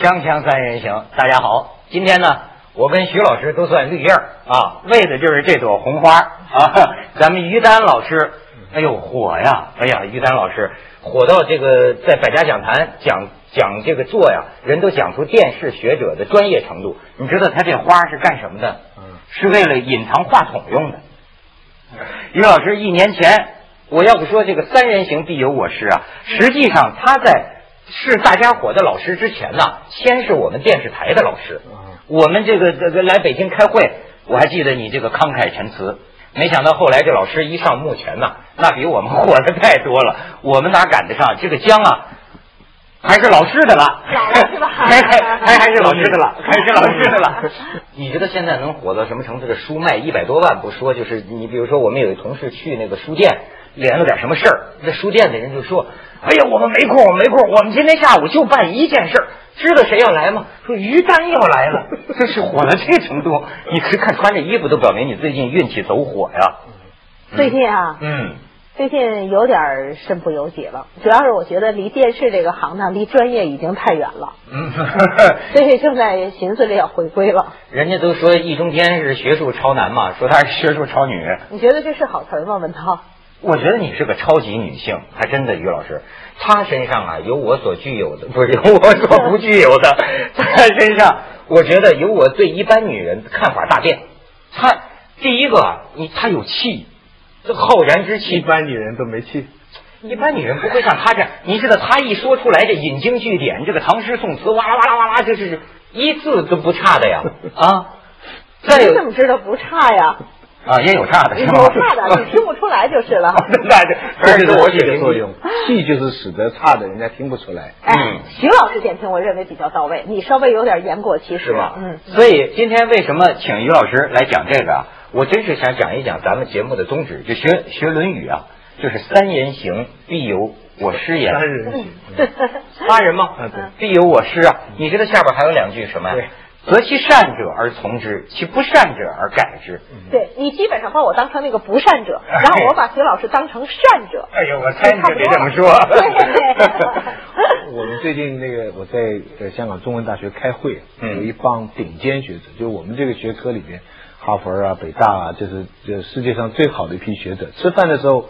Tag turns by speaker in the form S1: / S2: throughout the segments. S1: 锵锵三人行，大家好，今天呢，我跟徐老师都算绿叶儿啊，为的就是这朵红花啊。 咱们于丹老师，哎呦火呀！哎呀，于丹老师火到这个在百家讲坛讲讲这个座呀，人都讲出电视学者的专业程度。你知道他这花是干什么的？是为了隐藏话筒用的。于老师一年前，我要不说这个三人行必有我师啊，实际上他在是大家伙的老师之前呢、先是我们电视台的老师。我们这个这个来北京开会，我还记得你这个慷慨陈词。没想到后来这老师一上幕前呐，那比我们 火的太多了，我们哪赶得上？这个姜啊，还是老师的了，
S2: 老了是吧
S1: 还还还还是老师的了，还是老师的了。你觉得现在能火到什么程度？这书卖一百多万不说，就是你比如说，我们有一同事去那个书店，联络点什么事儿，那书店的人就说：“哎呀，我们没空，我们没空，我们今天下午就办一件事儿。”知道谁要来吗？说于丹要来了，这是火到这程度。你可以看穿这衣服，都表明你最近运气走火呀。
S2: 最近啊，
S1: 嗯，
S2: 最近有点儿身不由己了，主要是我觉得离电视这个行当离专业已经太远了，
S1: 嗯，
S2: 所以正在寻思着要回归了。
S1: 人家都说易中天是学术超男嘛，说他是学术超女。
S2: 你觉得这是好词儿吗，文涛？
S1: 我觉得你是个超级女性，还真的，于老师，她身上啊有我所具有的，不是有我所不具有 的，她身上我觉得有我对一般女人的看法大变。她第一个啊，你她有气，这浩然之
S3: 一
S1: 气，
S3: 般女人都没气。
S1: 一般女人不会像她这样。您知道，她一说出来这引经据典，这个唐诗宋词，哇啦哇啦哇啦，这是一字都不差的 呀啊！再
S2: 你
S1: 有
S2: 怎么知道不差呀？
S1: 啊，也有差的是
S2: 你不
S1: 吗？
S2: 差的，你听不出来就是了。
S1: 那就
S3: 这就是
S1: 我
S3: 气的作用，气就是使得差的人家听不出 来。
S1: 嗯
S2: 哎，徐老师点评我认为比较到位，你稍微有点言过其实。
S1: 是吧？
S2: 嗯，
S1: 所以今天为什么请于老师来讲这个啊？我真是想讲一讲咱们节目的宗旨，就学学《论语》啊，就是三人行必有我师也。
S3: 三人行，
S1: 杀人吗？
S3: 嗯对
S1: 必有我师啊！你知道下边还有两句什么呀？择其善者而从之，其不善者而改之。
S2: 对你基本上把我当成那个不善者，然后我把徐老师当成善者。
S1: 哎呦，我
S2: 猜你就别这么说
S3: 我们最近那个我在呃香港中文大学开会，
S1: 嗯
S3: 有一帮顶尖学者，就是我们这个学科里边，哈佛啊、北大啊，就是这世界上最好的一批学者。吃饭的时候，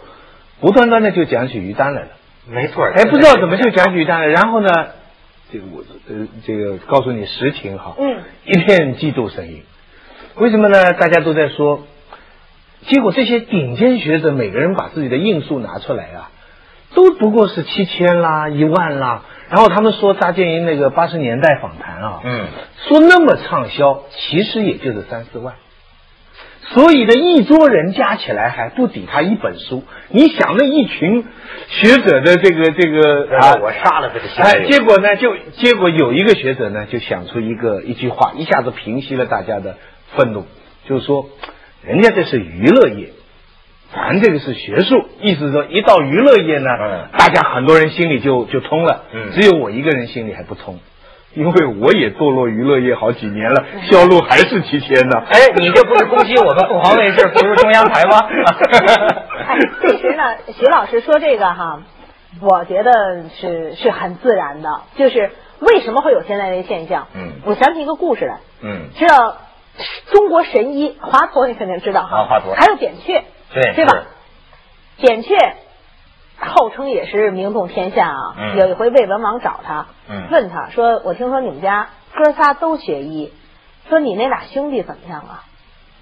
S3: 无端端的就讲起于丹来了，
S1: 没错。
S3: 哎，不知道怎么就讲起于丹来了。然后呢，这个我呃这个告诉你实情哈，
S2: 嗯，
S3: 一片嫉妒声音。为什么呢？大家都在说，结果这些顶尖学者每个人把自己的硬数拿出来啊，都不过是七千啦、一万啦。然后他们说扎建英那个八十年代访谈啊，
S1: 嗯，
S3: 说那么畅销，其实也就是三四万。所以呢，一桌人加起来还不抵他一本书。你想那一群学者的这个这个啊
S1: 啊，，我杀了这个行
S3: 哎，
S1: 为。
S3: 结果呢，就结果有一个学者呢，就想出一个一句话，一下子平息了大家的愤怒，就是说，人家这是娱乐业，咱这个是学术，意思是说，一到娱乐业呢，
S1: 嗯
S3: 大家很多人心里就就通了，
S1: 嗯
S3: 只有我一个人心里还不通。因为我也堕落娱乐业好几年了，销路还是七千呢。
S1: 哎，你这不是攻击我们凤凰卫视不是中央台吗？
S2: 哎，其实呢，徐老师说这个哈，我觉得是是很自然的，就是为什么会有现在这现象？
S1: 嗯
S2: 我想起一个故事来，
S1: 嗯，
S2: 知道中国神医华佗，你肯定知道哈，
S1: 啊华佗
S2: 还有扁鹊，
S1: 对
S2: 对吧
S1: 是？
S2: 扁鹊号称也是名动天下啊，
S1: 嗯
S2: 有一回魏文王找他，
S1: 嗯
S2: 问他说：“我听说你们家哥仨都学医，说你那俩兄弟怎么样啊？”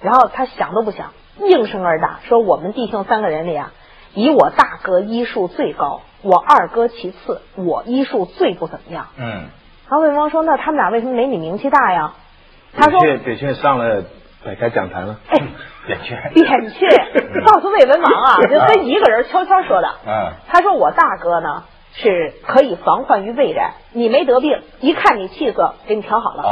S2: 然后他想都不想，应声而答，说我们弟兄三个人里啊，以我大哥医术最高，我二哥其次，我医术最不怎么样。
S1: 嗯，
S2: 然后魏文王说：“那他们俩为什么没你名气大呀？”他说
S3: 扁鹊扁鹊上了百家讲坛了：“。
S2: 哎，
S1: 扁鹊。
S2: 扁鹊告诉魏文王啊，就跟一个人悄悄说的。
S1: 嗯
S2: 他说我大哥呢是可以防患于未然，你没得病，一看你气色，给你调好了。
S1: 啊，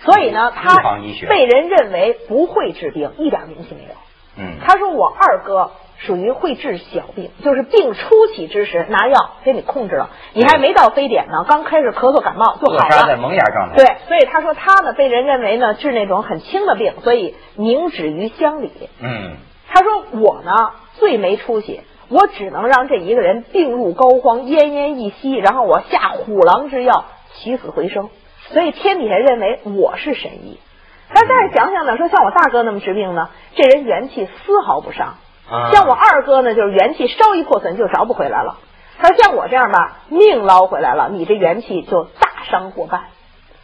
S2: 所以呢，
S1: 预
S2: 他
S1: 防医学
S2: 被人认为不会治病，一点名气没有。
S1: 嗯，
S2: 他说我二哥属于会治小病，就是病初起之时拿药给你控制了，你还没到非典呢，刚开始咳嗽感冒就
S1: 扼
S2: 好
S1: 杀嗯在
S2: 了。
S1: 萌芽状态。
S2: 对，所以他说他呢被人认为呢治那种很轻的病，所以宁止于乡里。
S1: 嗯，
S2: 他说我呢最没出息，我只能让这一个人病入膏肓、奄奄一息，然后我下虎狼之药起死回生。所以天底下认为我是神医。那再想想呢，说像我大哥那么治病呢，这人元气丝毫不伤。
S1: 啊
S2: 像我二哥呢，就是元气稍一破损就找不回来了。他说像我这样吧，命捞回来了，你这元气就大伤过半。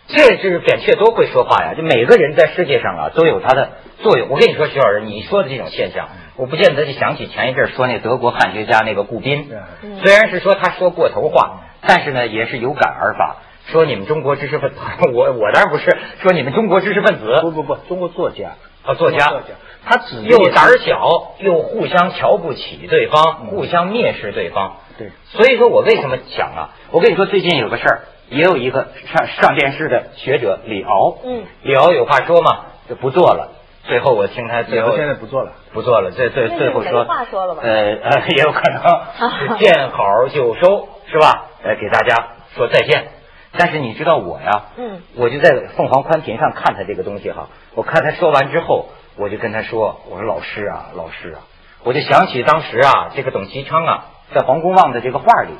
S1: 这就是扁鹊多会说话呀！就每个人在世界上啊都有他的作用。我跟你说，徐老师，你说的这种现象，我不见得就想起前一阵儿说那德国汉学家那个顾彬
S3: 嗯，
S1: 虽然是说他说过头话，但是呢也是有感而发。说你们中国知识分， 我我当然不是说你们中国知识分
S3: 不
S2: 呃
S1: 子
S3: 不不，中国作家
S1: 啊，作家
S3: 中国作家，他只
S1: 又胆儿小，又互相瞧不起对方，互相蔑视对方。
S3: 对，
S1: 所以说我为什么讲啊？我跟你说，最近有个事儿，也有一个上上电视的学者李敖，
S2: 嗯，
S1: 李敖有话说嘛，就不做了。最后我听他最后
S3: 现在不做了。
S1: 不做了，最最
S2: 那就
S1: 最后说，
S2: 没话说了吧
S1: 呃 呃，也有可 能见好就收，是吧？呃，给大家说再见。但是你知道我呀，
S2: 嗯，
S1: 我就在凤凰宽频上看他这个东西哈，我看他说完之后，我就跟他说，我说老师啊，老师啊，我就想起当时啊，这个董其昌啊，在黄公望的这个画里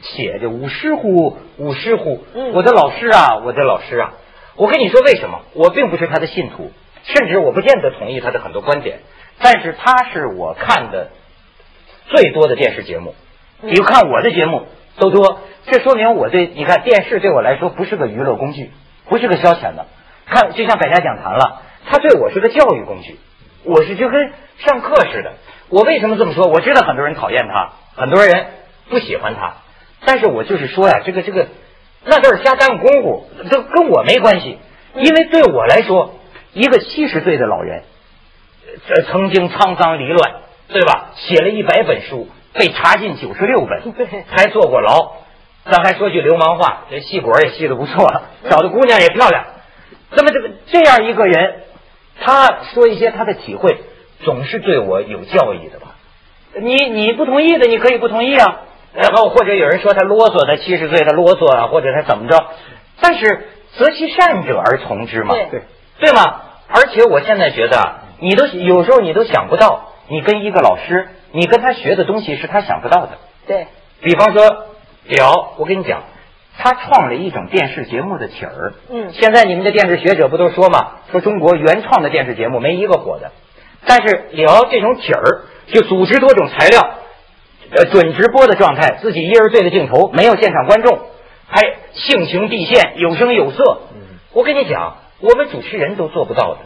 S1: 写着“吾师乎，吾师乎”，
S2: 嗯
S1: 我的老师啊，我的老师啊，我跟你说为什么？我并不是他的信徒，甚至我不见得同意他的很多观点，但是他是我看的最多的电视节目，
S2: 嗯
S1: 比看我的节目都多。这说明我对你看电视对我来说不是个娱乐工具，不是个消遣的。看，就像百家讲坛了，它对我是个教育工具，我是就跟上课似的。我为什么这么说？我知道很多人讨厌他，很多人不喜欢他，但是我就是说呀，这个这个，那都是瞎耽误功夫，这跟我没关系。因为对我来说，一个七十岁的老人，这曾经沧桑离乱，对吧？写了一百本书，被查禁九十六本，
S2: 对
S1: 还坐过牢。咱还说句流氓话，这戏果也戏的不错，找的姑娘也漂亮。那么这个这样一个人，他说一些他的体会，总是对我有教益的吧？你你不同意的，你可以不同意啊。然后或者有人说他啰嗦，他七十岁他啰嗦啊，或者他怎么着？但是择其善者而从之嘛，
S2: 对
S3: 对
S1: 对吗？而且我现在觉得啊，你都有时候你都想不到，你跟一个老师，你跟他学的东西是他想不到的。
S2: 对，
S1: 比方说表，我跟你讲，他创了一种电视节目的曲儿。
S2: 嗯
S1: 现在你们的电视学者不都说嘛，说中国原创的电视节目没一个火的，但是聊这种曲儿，就组织多种材料，呃，准直播的状态，自己一人对着镜头，没有现场观众，还性情毕现，有声有色。
S2: 嗯
S1: 我跟你讲，我们主持人都做不到的。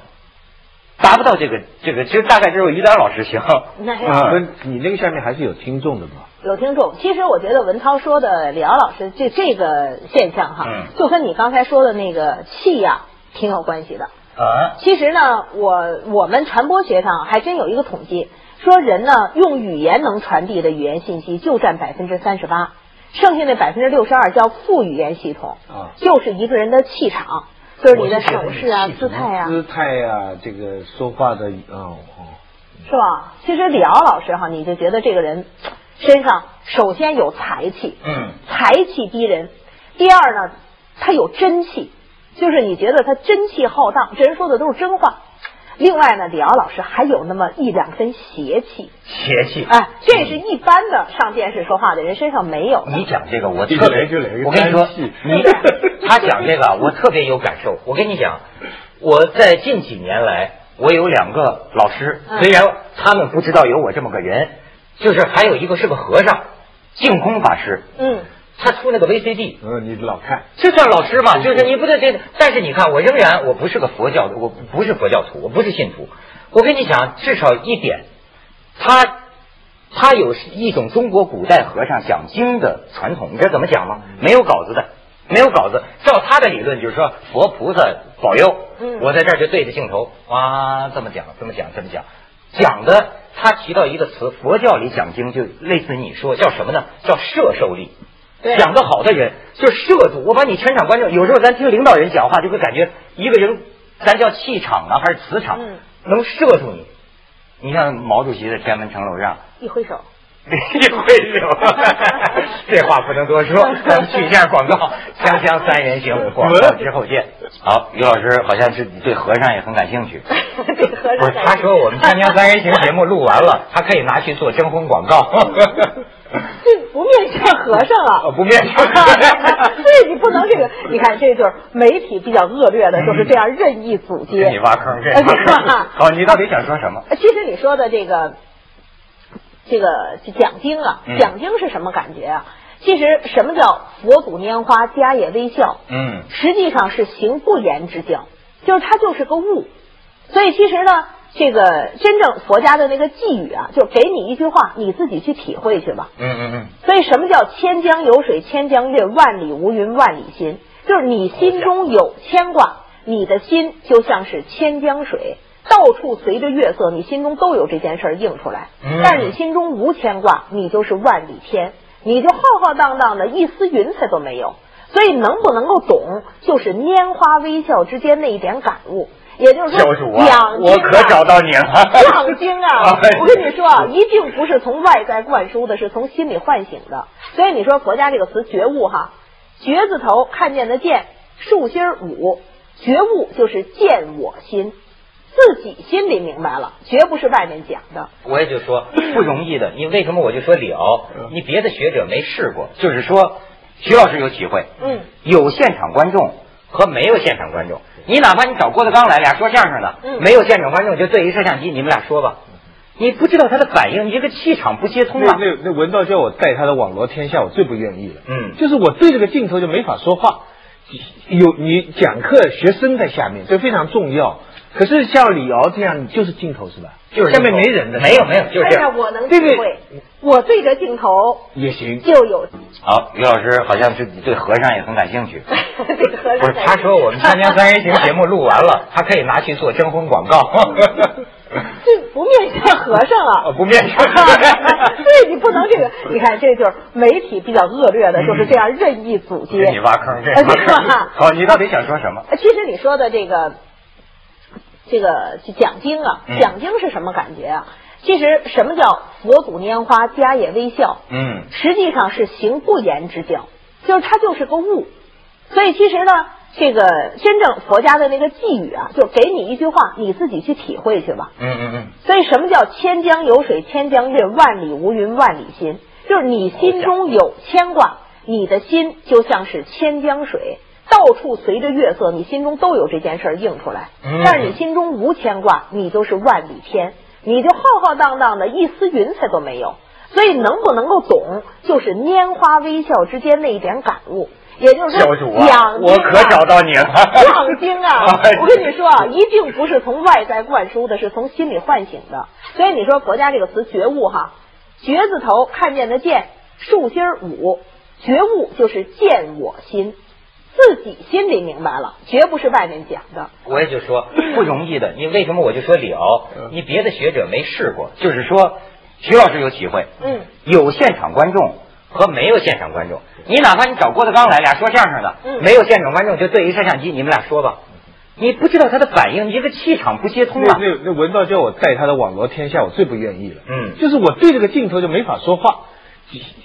S1: 达不到这个这个，其实大概只有于丹老师行。
S2: 那是
S1: 嗯
S3: 不是你那个下面还是有听众的嘛？
S2: 有听众，其实我觉得文涛说的李敖老师这这个现象哈，
S1: 嗯
S2: 就跟你刚才说的那个气呀、挺有关系的。
S1: 啊，
S2: 其实呢，我我们传播学上还真有一个统计，说人呢用语言能传递的语言信息就占百分之三十八，剩下那百分之六十二叫副语言系统，
S3: 啊
S2: 就是一个人的气场，就是你的手势啊、
S3: 我是觉
S2: 姿
S3: 得
S2: 态啊，
S3: 姿态啊，这个说话的哦哦，
S2: 是吧？其实李敖老师哈，你就觉得这个人身上首先有才气，
S1: 嗯，
S2: 才气逼人。第二呢，他有真气，就是你觉得他真气浩荡，这人说的都是真话。另外呢，李敖老师还有那么一两分邪气，
S1: 邪气。
S2: 哎，这是一般的上电视说话的人身上没有的。
S1: 你讲这个，我
S3: 一
S1: 特
S3: 雷
S1: 别，
S3: 就雷
S1: 我跟你说，
S3: 单气
S1: 你他讲这个，我特别有感受。我跟你讲，我在近几年来，我有两个老师，
S2: 嗯
S1: 虽然他们不知道有我这么个人，就是还有一个是个和尚，净空法师，
S2: 嗯，
S1: 他出那个 VCD，
S3: 嗯，你老看，
S1: 这算老师嘛？就是你不对这，但是你看，我仍然我不是个佛教，我不是佛教徒，我不是信徒。我跟你讲，至少一点，他他有一种中国古代和尚讲经的传统，你知道怎么讲吗？没有稿子的，没有稿子。照他的理论，就是说佛菩萨保佑，
S2: 嗯
S1: 我在这儿就对着镜头，哇，这么讲，这么讲，这么讲，讲的他提到一个词，佛教里讲经就类似于你说叫什么呢？叫摄受力。
S2: 对
S1: 讲得好的人就是摄住，我把你全场观众，有时候咱听领导人讲话，就会感觉一个人，咱叫气场啊还是磁场，
S2: 嗯
S1: 能摄住你。你像毛主席的天安门城楼上，
S2: 一挥手，
S1: 这会有，这话不能多说，咱们去一下广告，锵锵三人行，广告之后见。好，于老师好像是对和尚也很感兴趣。
S2: 这和
S1: 不
S2: 尚
S1: 是，他说我
S2: 嗯
S1: 们《锵锵三人行》节目录完了，他可以拿去做征婚广告。
S2: 这不面向和尚啊，
S1: 哦不面向和 尚
S2: 对你不能这个，你看这就是媒体比较恶劣的，就是这样任意组
S1: 给
S2: 接。
S1: 你挖坑， 给你挖坑。好，你到底想说什么？
S2: 呃其实你说的这个，这个讲经啊
S1: 嗯，
S2: 讲经是什么感觉啊？其实什么叫佛祖拈花，家也微笑？
S1: 嗯
S2: 实际上是行不言之教，就是它就是个悟。所以其实呢，这个真正佛家的那个寄语啊，就给你一句话，你自己去体会去吧。
S1: 嗯嗯嗯，
S2: 所以什么叫千江有水千江月，万里无云万里心？就是你心中有牵挂，你的心就像是千江水，到处随着月色，你心中都有这件事儿映出来
S1: 嗯。
S2: 但是你心中无牵挂，你就是万里天，你就浩浩荡荡的，一丝云彩都没有。所以能不能够懂，就是拈花微笑之间那一点感悟。也就是说，
S1: 教主啊，
S2: 两
S1: 我
S2: 天
S1: 可找到你 了。
S2: 讲经 啊
S1: 哎，
S2: 我跟你说啊，一定不是从外在灌输的，是从心里唤醒的。所以你说佛家这个词觉悟哈，觉字头看见的见，竖心儿五，觉悟就是见我心，自己心里明白了，绝不是外面讲的。
S1: 我也就说不容易的，你为什么我就说
S3: 嗯
S1: 了？你别的学者没试过，就是说徐老师有体会，
S2: 嗯，
S1: 有现场观众和没有现场观众，你哪怕你找郭德纲来俩说相声的，
S2: 嗯
S1: 没有现场观众就对一摄像机，你们俩说吧，你不知道他的反应，你这个气场不接通
S3: 那
S1: 啊。
S3: 那那文道叫我带他的网罗天下，我最不愿意了。
S1: 嗯
S3: 就是我对这个镜头就没法说话。有你讲课，学生在下面，这非常重要。可是像李敖这样，就是镜头是吧？
S1: 就是
S3: 下面没人的，
S1: 没有没有，就是
S2: 哎
S1: 这
S2: 呀，
S1: 样。
S2: 我能体
S3: 这个
S2: 会，我对着镜头
S3: 也行。
S2: 就有
S1: 好，于老师好像是对和尚也很感兴趣。
S2: 哎这个和
S1: 不是
S2: 尚在，
S1: 他说我们《锵锵三人行》节目录完了，他可以拿去做征婚广告。
S2: 这不面向和尚啊
S1: 哦，，不 面试。
S2: 对你不能这个，你看这就是媒体比较恶劣的，就是这样任意组
S1: 嗯给你
S2: 接。
S1: 挖坑，这
S2: 哎
S1: 挖
S2: 对
S1: 坑
S2: 吧。 呃
S1: 好，你到底想说什么？
S2: 其实你说的这个，这个讲经啊
S1: 嗯，
S2: 讲经是什么感觉啊？其实什么叫佛祖拈花，家也微笑？
S1: 嗯
S2: 实际上是行不言之教，就是它就是个悟。所以其实呢，这个真正佛家的那个寄语啊，就给你一句话，你自己去体会去吧。
S1: 嗯嗯嗯，
S2: 所以什么叫千江有水千江月，万里无云万里心？就是你心中有牵挂，你的心就像是千江水，到处随着月色，你心中都有这件事儿映出来
S1: 嗯。
S2: 但是你心中无牵挂，你就是万里天，你就浩浩荡荡的，一丝云彩都没有。所以能不能够懂，就是拈花微笑之间那一点感悟。也就是
S1: 教
S2: 说，
S1: 主啊，
S2: 两
S1: 我可找到你了。
S2: 讲经啊
S1: 哎，
S2: 我跟你说啊，一定不是从外在灌输的，是从心里唤醒的。所以你说佛家这个词觉悟哈，觉字头看见的见，竖心儿五，觉悟就是见我心，自己心里明白了，绝不是外面讲的。
S1: 我也就说不容易的，你为什么我就说了？
S3: 嗯
S1: 你别的学者没试过，就是说徐老师有体会。
S2: 嗯，
S1: 有现场观众和没有现场观众，你哪怕你找郭德纲来俩说相声的，
S2: 嗯
S1: 没有现场观众就对一摄像机，你们俩说吧，你不知道他的反应，你这个气场不接通
S3: 那
S1: 啊。
S3: 那那文道叫我带他的网罗天下，我最不愿意了。
S1: 嗯
S3: 就是我对这个镜头就没法说话。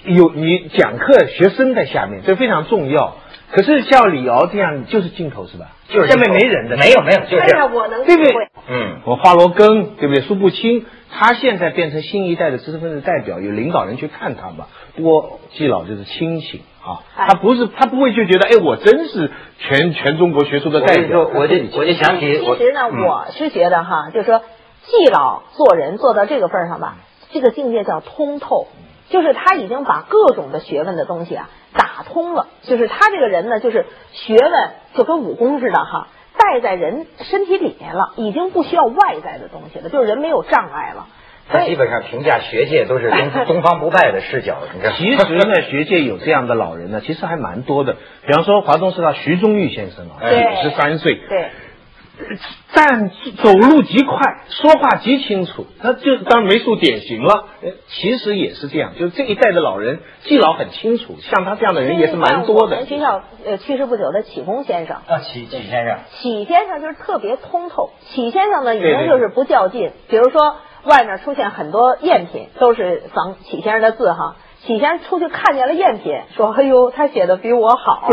S3: 有你讲课，学生在下面，这非常重要。可是像李敖这样，就是镜头是吧？
S1: 就是嗯
S3: 下面没人的，
S1: 没有没有，就是
S2: 哎
S1: 这
S2: 呀，
S1: 样。
S2: 我能体
S3: 对不
S2: 会
S3: 对。？
S1: 嗯
S3: 我华罗庚，对不对？苏步青，他现在变成新一代的知识分子代表，有领导人去看他嘛。不过季老就是清醒啊，
S2: 哎
S3: 他不是他不会就觉得，哎，我真是全全中国学术的代表。
S1: 我就我就想起我
S2: 其实呢，
S1: 嗯
S2: 我是觉得哈，就是说，季老做人做到这个份儿上吧，这个境界叫通透，就是他已经把各种的学问的东西啊打通了，就是他这个人呢，就是学问就跟武功似的哈。带在人身体里面了，已经不需要外在的东西了，就是人没有障碍了。所
S1: 他
S2: 以
S3: 哎
S1: 基本上评价学界都是 东东方不败的视角，你知道吗？
S3: 其实呢，学界有这样的老人呢，其实还蛮多的。比方说，华东师大徐忠玉先生啊，
S2: 对
S3: 九十三岁，
S2: 对，
S3: 站走路极快，说话极清楚，他就当梅树典型了。呃其实也是这样，就是这一代的老人，季老很清楚，像他这样的人也是蛮多
S2: 像我
S3: 的
S2: 们。学校呃去世不久的启功先生，
S1: 啊，启启先生，
S2: 启先生就是特别通透，启先生呢已
S3: 对对
S2: 经就是不较劲，比如说外面出现很多赝品，都是仿启先生的字哈。起先出去看见了赝品，说哎呦，他写的比我好。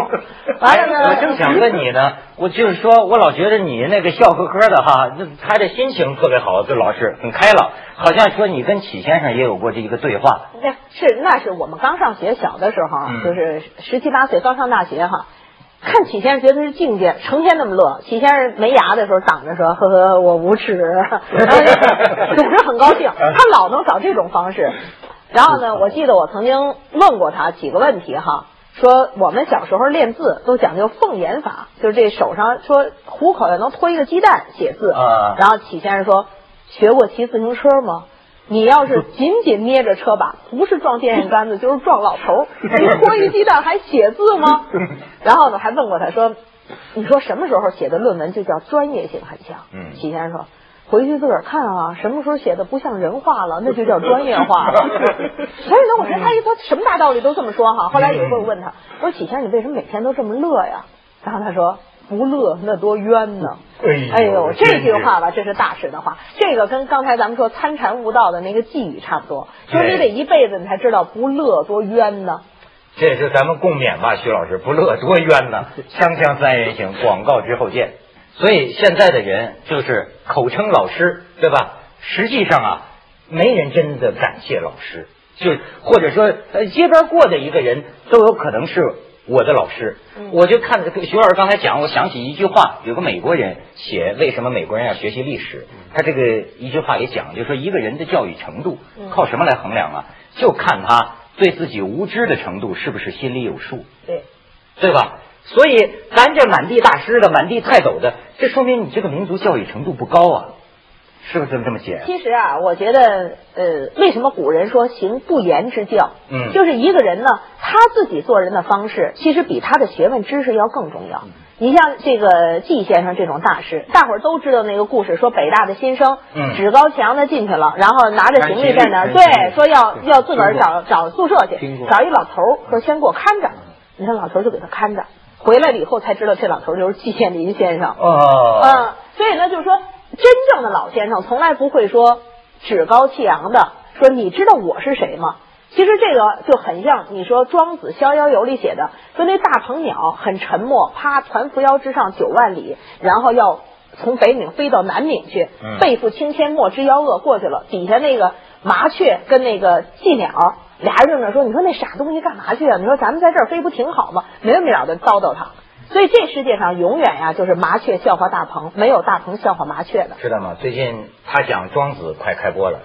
S2: 完了 呢，
S1: 哎我正想问你呢，我就是说我老觉得你那个笑呵呵的哈，那他的心情特别好，就老是很开朗，好像说你跟启先生也有过这一个对话。
S2: 那是那是我们刚上学小的时候啊，
S1: 嗯
S2: 就是十七八岁刚上大学哈。看启先生觉得是境界，成天那么乐。启先生没牙的时候挡着说：“呵呵，我无耻。”然后就总是很高兴。他老能找这种方式。然后呢，我记得我曾经问过他几个问题哈，说我们小时候练字都讲究凤眼法，就是这手上说虎口要能托一个鸡蛋写字。
S1: 啊
S2: 然后启先生说：“学过骑自行车吗？”你要 是紧紧捏着车把，不是撞电线杆子就是撞老 头儿。你拖一鸡蛋还写字吗？然后呢，还问过他说，你说什么时候写的论文就叫专业性很强？
S1: 嗯
S2: 许先生说，回去自个儿看啊，什么时候写的不像人话了，那就叫专业 化了。所以呢，我觉得他一说什么大道理都这么说哈。后来有一回我
S1: 嗯
S2: 问他，我说启先生，你为什么每天都这么乐呀？然后他说。不乐那多冤呢！哎呦，这句话吧，这是大实的话。这个跟刚才咱们说参禅悟道的那个寄语差不多，就是你得一辈子你才知道不乐多冤呢。
S1: 这也是咱们共勉吧，徐老师，不乐多冤 呐！锵锵三人行，广告之后见。所以现在的人就是口称老师，对吧？实际上啊，没人真的感谢老师，就或者说，呃，街边过的一个人都有可能是我的老师。
S2: 嗯
S1: 我就看着徐老师刚才讲，我想起一句话，有个美国人写为什么美国人要学习历史，
S2: 嗯
S1: 他这个一句话也讲，就说一个人的教育程度
S2: 嗯
S1: 靠什么来衡量啊？就看他对自己无知的程度是不是心里有数，
S2: 对，
S1: 对吧？所以咱这满地大师的，满地泰斗的，这说明你这个民族教育程度不高啊，是不是这么这么解？
S2: 其实啊，我觉得呃，为什么古人说行不言之教？
S1: 嗯
S2: 就是一个人呢，他自己做人的方式，其实比他的学问知识要更重
S1: 嗯
S2: 要。你像这个季先生这种大师，大伙儿都知道那个故事，说北大的新生
S1: 嗯
S2: 趾高气扬的进去了，然后拿着行李在那儿，
S3: 搬行李搬行
S2: 对，
S3: 李
S2: 说要
S3: 对
S2: 要自个儿
S3: 听过
S2: 找找宿舍去
S3: 听，过
S2: 找一老头儿
S1: 嗯
S2: 说先给我看着，你看老头儿就给他看着，回来了以后才知道这老头儿就是季羡林先生。
S1: 哦，
S2: 嗯，所以呢，就是说，真正的老先生从来不会说趾高气扬的说你知道我是谁吗？其实这个就很像你说《庄子·逍遥游》里写的，说那大鹏鸟很沉默，啪团扶摇直上九万里，然后要从北冥飞到南冥去
S1: 嗯，
S2: 背负青天莫之幺恶过去了。底下那个麻雀跟那个寄鸟俩人就那说，你说那傻东西干嘛去啊？你说咱们在这儿飞不挺好吗？没完没了的叨叨他。所以这世界上永远呀、就是麻雀笑话大鹏，没有大鹏笑话麻雀的。嗯
S1: 知道吗？最近他讲庄子快开 播了，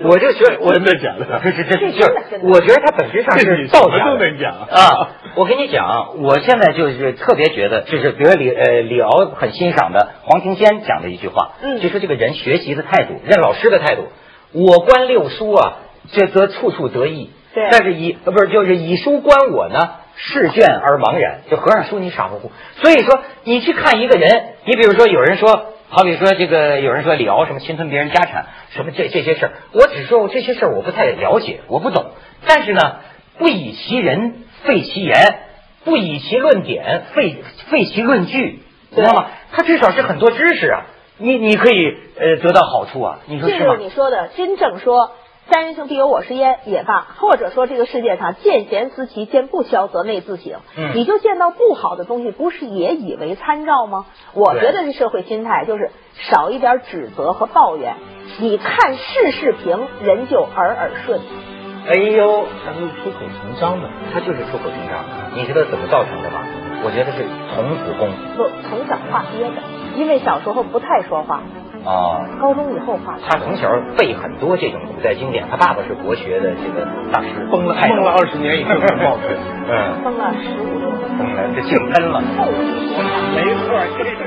S1: 我就觉得我
S3: 真的假 的
S1: 这这这这，
S2: 这真的真的
S1: 我觉得他本质上是造假的，
S3: 这你什么都能讲
S1: 啊！我跟你讲，我现在就是特别觉得，就是比如李呃李敖很欣赏的黄庭仙讲的一句话，
S2: 嗯
S1: 就说这个人学习的态度，任老师的态度，我观六书啊，这则处处得意，
S2: 对
S1: 但是以呃不是就是以书观我呢，视卷而茫然，就和尚说你傻乎乎。所以说你去看一个人，你比如说有人说，好比说这个有人说李敖什么侵吞别人家产，什么这这些事儿，我只说这些事儿我不太了解，我不懂，但是呢，不以其人废其言，不以其论点废废其论据，知道吗？他至少是很多知识啊。你你可以呃得到好处啊，你说
S2: 这
S1: 是
S2: 就
S1: 吗
S2: 是？你说的真正说“三人行必有我师焉”也罢，或者说这个世界上见贤思齐，见不肖则内自省。
S1: 嗯
S2: 你就见到不好的东西，不是也以为参照吗？我
S1: 对
S2: 觉得这社会心态就是少一点指责和抱怨，你看世事平，人就耳耳顺。
S1: 哎呦，
S3: 他是出口成章的。
S1: 他就是出口成章。你知道怎么造成的吗？我觉得是童子功
S2: 不，从小话憋着，因为小时候不太说话，
S1: 啊。
S2: 高中以后话多。
S1: 他从小背很多这种古代经典，他爸爸是国学的这个大师，
S3: 崩了
S1: 太
S3: 崩了20年以 后才冒出来
S1: 嗯，
S2: 疯了十五六年，
S1: 崩了，这井喷了。
S2: 后一
S1: 没错，这个。